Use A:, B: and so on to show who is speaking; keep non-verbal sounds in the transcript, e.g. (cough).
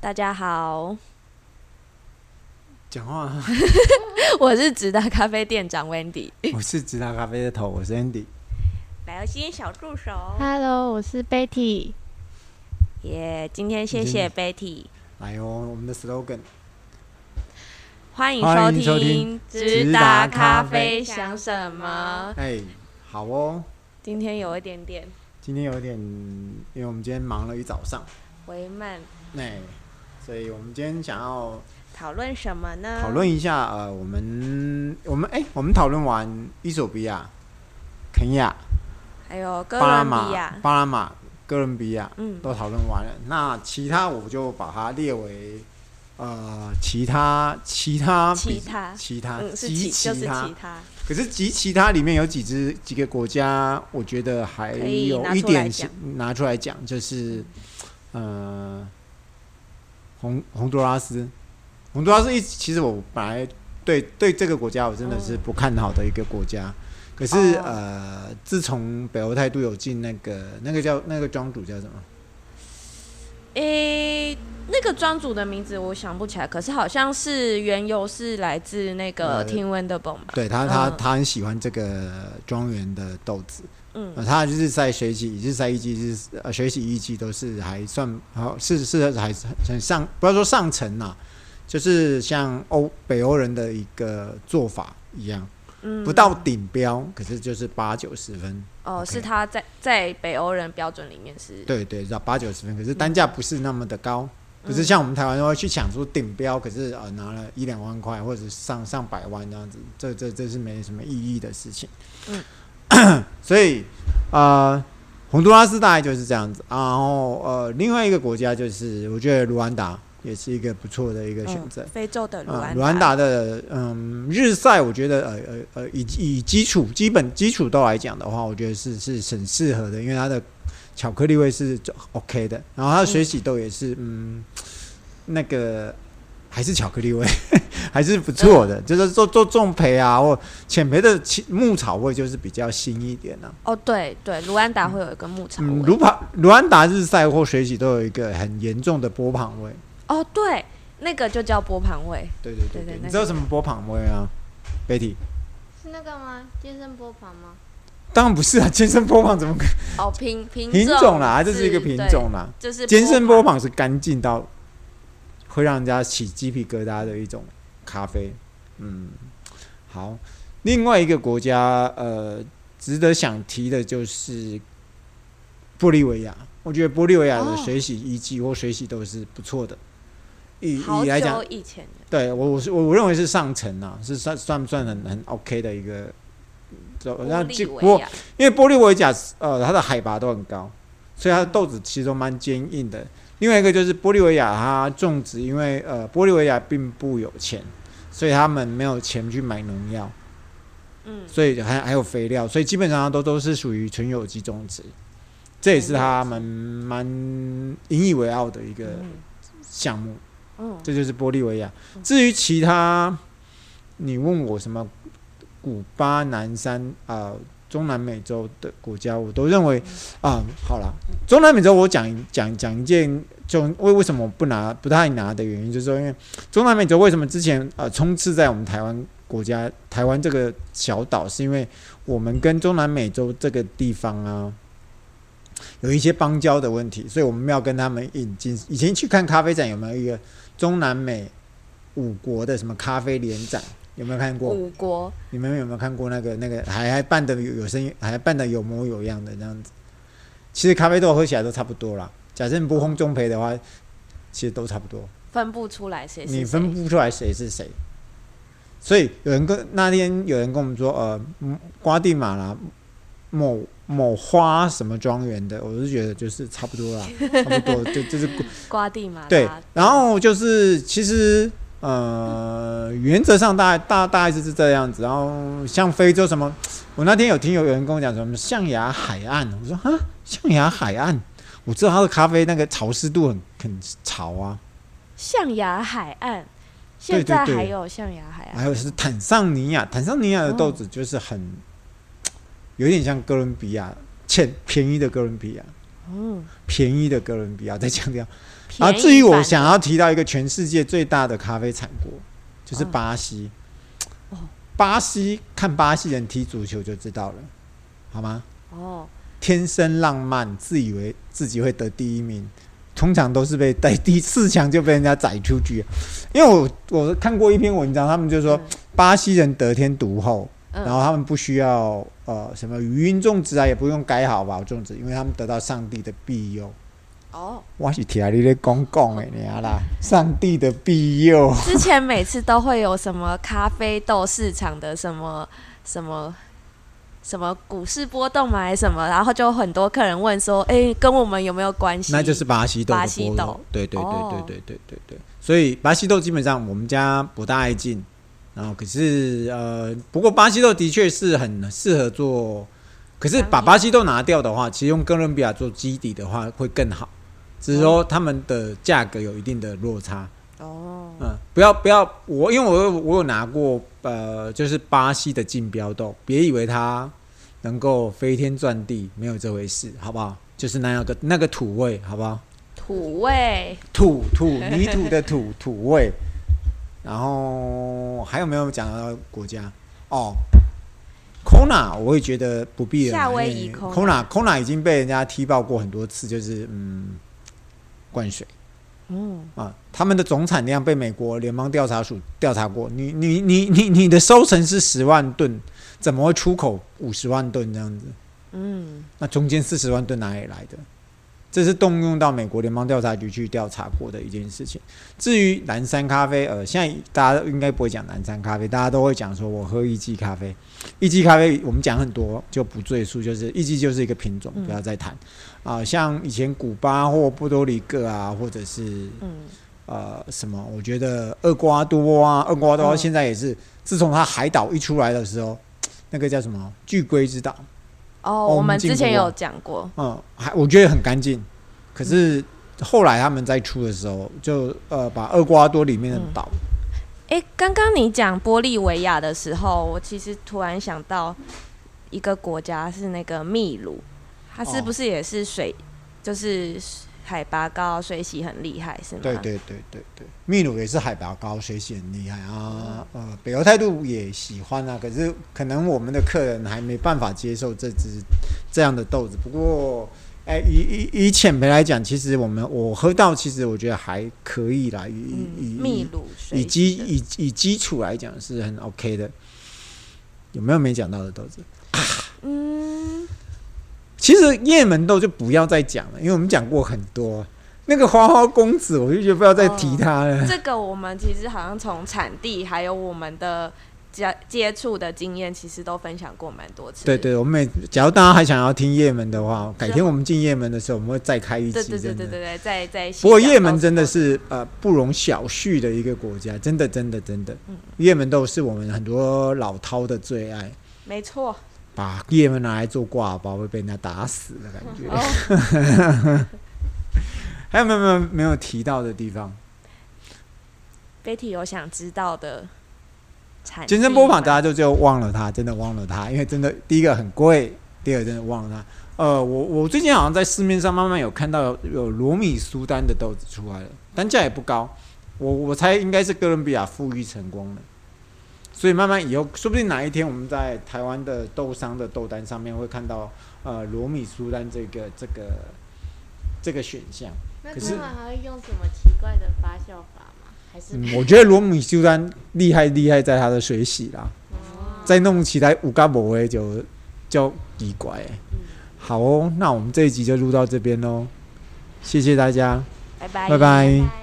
A: 大家好，
B: 讲话，
A: (laughs) 我是直达咖啡店长 Wendy，
B: 我是直达咖啡的头，我是 Andy。
A: 白心小助手，
C: Hello，我是 Betty。
A: 耶、今天谢谢 Betty，
B: 来哦，我们的 slogan，
A: 欢迎
B: 欢
A: 收
B: 迎收
A: 听
B: 听
A: 直
B: 直
A: 达
B: 达
A: 咖
B: 咖
A: 啡
B: 啡
A: 想什么？
B: 哎、好哦。
A: 今天有一点点
B: 今天有点，因为我们今天忙了一早上，
A: 微慢，
B: 哎、所以我们今天想要
A: 讨论什么呢？
B: 讨论一下，呃，我们我们哎、我们讨论完伊索比亚、肯亚、
A: 还有哥
B: 巴拿
A: 伦比
B: 马、
A: 亚，
B: 巴拿马、哥伦比亚
A: 嗯，
B: 都讨论完了，那其他我就把它列为。呃，其他其他
A: 其
B: 比
A: 他
B: 其他
A: 嗯，是
B: 及
A: 其就是
B: 其他
A: 其他，
B: 可是及其他里面有几支几个国家，我觉得还
A: 可以
B: 有
A: 拿
B: 一
A: 出来
B: 点
A: 讲
B: 是拿出来讲，就是呃，洪洪都拉斯，洪都拉斯一其实我本来对对这个国家我真的是不看好的一个国家，可是、
A: 嗯哦
B: 呃，自从北欧态度有进那个那个叫那个庄主叫什么？
A: 诶、那个庄主的名字我想不起来，可是好像是原由是来自那个
B: 呃
A: Tim Wenderbaum 吧？
B: 对他他、
A: 嗯
B: 他很喜欢这个庄园的豆子，
A: 嗯
B: 呃，他日赛学习，日赛一季日呃学习一季都是还算好，是是还是很上，不要说上层啦、就是像欧北欧人的一个做法一样，
A: 嗯，
B: 不到顶标，可是就是八九十分，
A: 哦，
B: OK
A: 是他在在北欧人标准里面是，
B: 对对，到八九十分，可是单价不是那么的高，不是
A: 嗯
B: 像我们台湾会去抢出顶标，可是呃拿了一两万块或者上上百万这样子，这这这是没什么意义的事情。 (coughs) 所以呃，洪都拉斯大概就是这样子。啊然后呃，另外一个国家就是我觉得卢安达也是一个不错的一个选择
A: 嗯。非洲的卢
B: 呃
A: 安
B: 卢安达的嗯日赛，我觉得呃呃呃以以基础基本基础都来讲的话，我觉得是是很适合的，因为它的巧克力味是呃 OK 的，然后它的水洗豆也是嗯那个还是巧克力味， (laughs) 还是不错
A: 嗯
B: 的，就是做做重培啊或浅培的青牧草味就是比较新一点啊。
A: 哦，对对，卢安达会有一个牧草
B: 嗯，
A: 味，
B: 卢帕卢安达日赛或水洗都有一个很严重的波旁味。
A: 哦，对，那个就叫波旁味，
B: 对对
A: 对对那
B: 你知道
A: 个
B: 什么波旁味啊，Betty？
C: 是那个吗？健身波旁吗？
B: 当然不是啊，尖身波旁怎么可
A: 哦，品 (laughs) 品
B: 品种啦？这
A: 是
B: 是一个品，种啦。
A: 对就是
B: 尖身波
A: 波
B: 旁是干净到会让人家起鸡皮疙瘩的一种咖啡。嗯，好。另外一个国家，呃，值得想提的就是玻利维亚。我觉得玻利维亚的
A: 哦
B: 水洗一季或水洗都是不错的。以
A: 好
B: 以来讲
A: 久，以前的，
B: 对我我是我我认为是上层啊，是算算不算很很 OK 的一个。走
A: 玻
B: 那
A: 利
B: 这不过
A: 维亚，
B: 因为玻利维亚呃它的海拔都很高，所以它的豆子其实都蛮坚硬的。另外一个就是玻利维亚它种植，因为呃玻利维亚并不有钱，所以他们没有钱去买农药，
A: 嗯，
B: 所以还还有肥料，所以基本上它都都是属于纯有机种植。这也是他们蛮引以为傲的一个
A: 嗯
B: 项目。
A: 嗯，
B: 这就是玻利维亚
A: 嗯。
B: 至于其他，你问我什么古巴、南山啊、中南美洲的国家，我都认为啊、好了，中南美洲我讲一讲讲一件，就为为什么不拿不太拿的原因，就是说因为中南美洲为什么之前呃充斥在我们台湾国家台湾这个小岛，是因为我们跟中南美洲这个地方啊。有一些邦交的问题，所以我们要跟他们引进。以前去看咖啡展有没有一个中南美五国的什么咖啡联展，有没有看过？
A: 五国，
B: 你们有没有看过那个那个还还办的有有声音，还办的有模有样的这样子？其实咖啡豆喝起来都差不多啦。假设你不烘中培的话，其实都差不多，
A: 分不出来谁是
B: 你
A: 谁
B: 分不出来谁是谁。所以有人跟那天有人跟我们说，呃，嗯瓜地马拉某某花什么庄园的，我是觉得就是差不多啦，差不多，就就是
A: 瓜地马拉，
B: 对，然后就是其实呃，原则上大大大概就是这样子。然后像非洲什么，我那天有听有人跟我讲什么象牙海岸，我说哈，象牙海岸，我知道它的咖啡那个潮湿度很很潮啊，
A: 象牙海岸，
B: 对
A: 现
B: 对
A: 在
B: 啊对
A: 还有象牙海岸，
B: 还有是坦桑尼亚，坦桑尼亚的豆子就是很、有点像哥伦比亚，欠便宜的哥伦比亚，
A: 嗯，
B: 便宜的哥伦比亚，再强调。啊，
A: 便宜
B: 至于我
A: 版
B: 想要提到一个全世界最大的咖啡产国，就是
A: 嗯
B: 巴西。
A: 哦
B: 巴西看巴西人踢足球就知道了，好吗？
A: 哦，
B: 天生浪漫，自以为自己会得第一名，通常都是被在第四强就被人家宰出去。因为我我看过一篇文章，他们就说
A: 嗯
B: 巴西人得天独厚，
A: 嗯
B: 然后他们不需要呃什么语音种植啊，也不用改好吧种植，因为他们得到上帝的庇佑。
A: 哦，
B: 我是听你咧讲讲的尔啦，上帝的庇佑。
A: 之前每次都会有什么咖啡豆市场的什么什么。什么股市波动嘛，还是什么？然后就有很多客人问说：“哎、跟我们有没有关系？”
B: 那就是巴西豆的
A: 巴西
B: 菠萝
A: 豆，
B: 对对对对
A: 哦
B: 对对对对。所以巴西豆基本上我们家不大爱进，然后可是呃，不过巴西豆的确是很适合做，可是把
A: 商业
B: 巴西豆拿掉的话，其实用哥伦比亚做基底的话会更好，只是说他们的价格有一定的落差。
A: 哦，
B: 嗯，不要不要，我因为我有我有拿过呃，就是巴西的竞标豆，别以为它能够飞天转地，没有这回事，好不好？就是那样个那个土味，好不好？
A: 土味
B: 土土泥土的土土味，然后还有没有讲到国家？哦，Kona 我会觉得不必了啦，
A: 夏威夷
B: Kona Kona 已经被人家踢爆过很多次，就是嗯灌水。
A: 嗯，
B: 啊，他们的总产量被美国联邦调查署调查过，你你你你你的收成是十万吨，怎么会出口五十万吨这样子？
A: 嗯，
B: 那中间四十万吨哪里来的？这是动用到美国联邦调查局去调查过的一件事情。至于蓝山咖啡，呃，现在大家应该不会讲蓝山咖啡，大家都会讲说我喝一季咖啡。一季咖啡我们讲很多就不赘述，就是一季就是一个品种，
A: 嗯
B: 不要再谈。啊、像以前古巴或波多黎各啊，或者是
A: 嗯，
B: 呃什么？我觉得厄瓜多啊，厄瓜多
A: 嗯
B: 现在也是，自从它海岛一出来的时候，那个叫什么巨龟之岛，
A: 哦，
B: 我
A: 我
B: 们
A: 们
B: 进
A: 之前
B: 步
A: 有
B: 了
A: 讲过，
B: 嗯，还我觉得很干净。可是后来他们在出的时候，就呃把厄瓜多里面的岛，
A: 诶，哎刚刚你讲玻利维亚的时候，我其实突然想到一个国家是那个秘鲁，它是
B: 哦
A: 不是也是水，就是海拔高、水洗很厉害，是吗？
B: 对对对对对，秘鲁也是海拔高，水洗很厉害啊，
A: 嗯
B: 呃，北欧态度也喜欢啊。可是可能我们的客人还没办法接受这只这样的豆子，不过。哎，以以以浅培来讲，其实我们我喝到，其实我觉得还可以啦。以
A: 嗯，
B: 以
A: 秘
B: 以
A: 鲁水
B: 以基
A: 洗的
B: 以以基础来讲是很 OK 的。有没有没讲到的豆子？
A: 嗯，
B: 其实叶门豆就不要再讲了，因为我们讲过很多。那个花花公子，我就觉得不要再
A: 哦
B: 提他了。
A: 这个我们其实好像从产地还有我们的接接触的经验，其实都分享过蛮多次。
B: 对对，我们每假如大家还想要听叶门的话，改天我们进叶门的时候，我们会再开一
A: 对
B: 期。
A: 对对
B: 真
A: 对对对，
B: 的。
A: 在在。
B: 不过也门真的是呃不容小觑的一个国家，真的真的真的
A: 嗯，
B: 也门豆是我们很多老饕的最爱。
A: 没错。
B: 把叶门拿来做挂包会被人家打死的感觉。
A: 哦，
B: 还有没有没有没有提到的地方？
A: Betty 有想知道的产
B: 健
A: 地
B: 身播放
A: 吗
B: 大家就就忘了它，真的忘了它，因为真的第一个很贵，第二个真的忘了它。呃，我我最近好像在市面上慢慢有看到有罗米苏丹的豆子出来了，单价也不高，我我猜应该是哥伦比亚富裕成功了，所以慢慢以后说不定哪一天我们在台湾的豆商的豆单上面会看到呃罗米苏丹这个这个这个选项。
C: 那
B: 可是
C: 他们还会用什么奇怪的发酵法吗？还是
B: 嗯，我觉得罗姆修丹厉害厉害在他的水洗啦，
C: 哦
B: 再弄起来五嘎博威就就奇怪欸。好哦，那我们这一集就录到这边喽，谢谢大家，
A: 拜拜，
B: 拜拜
C: 拜。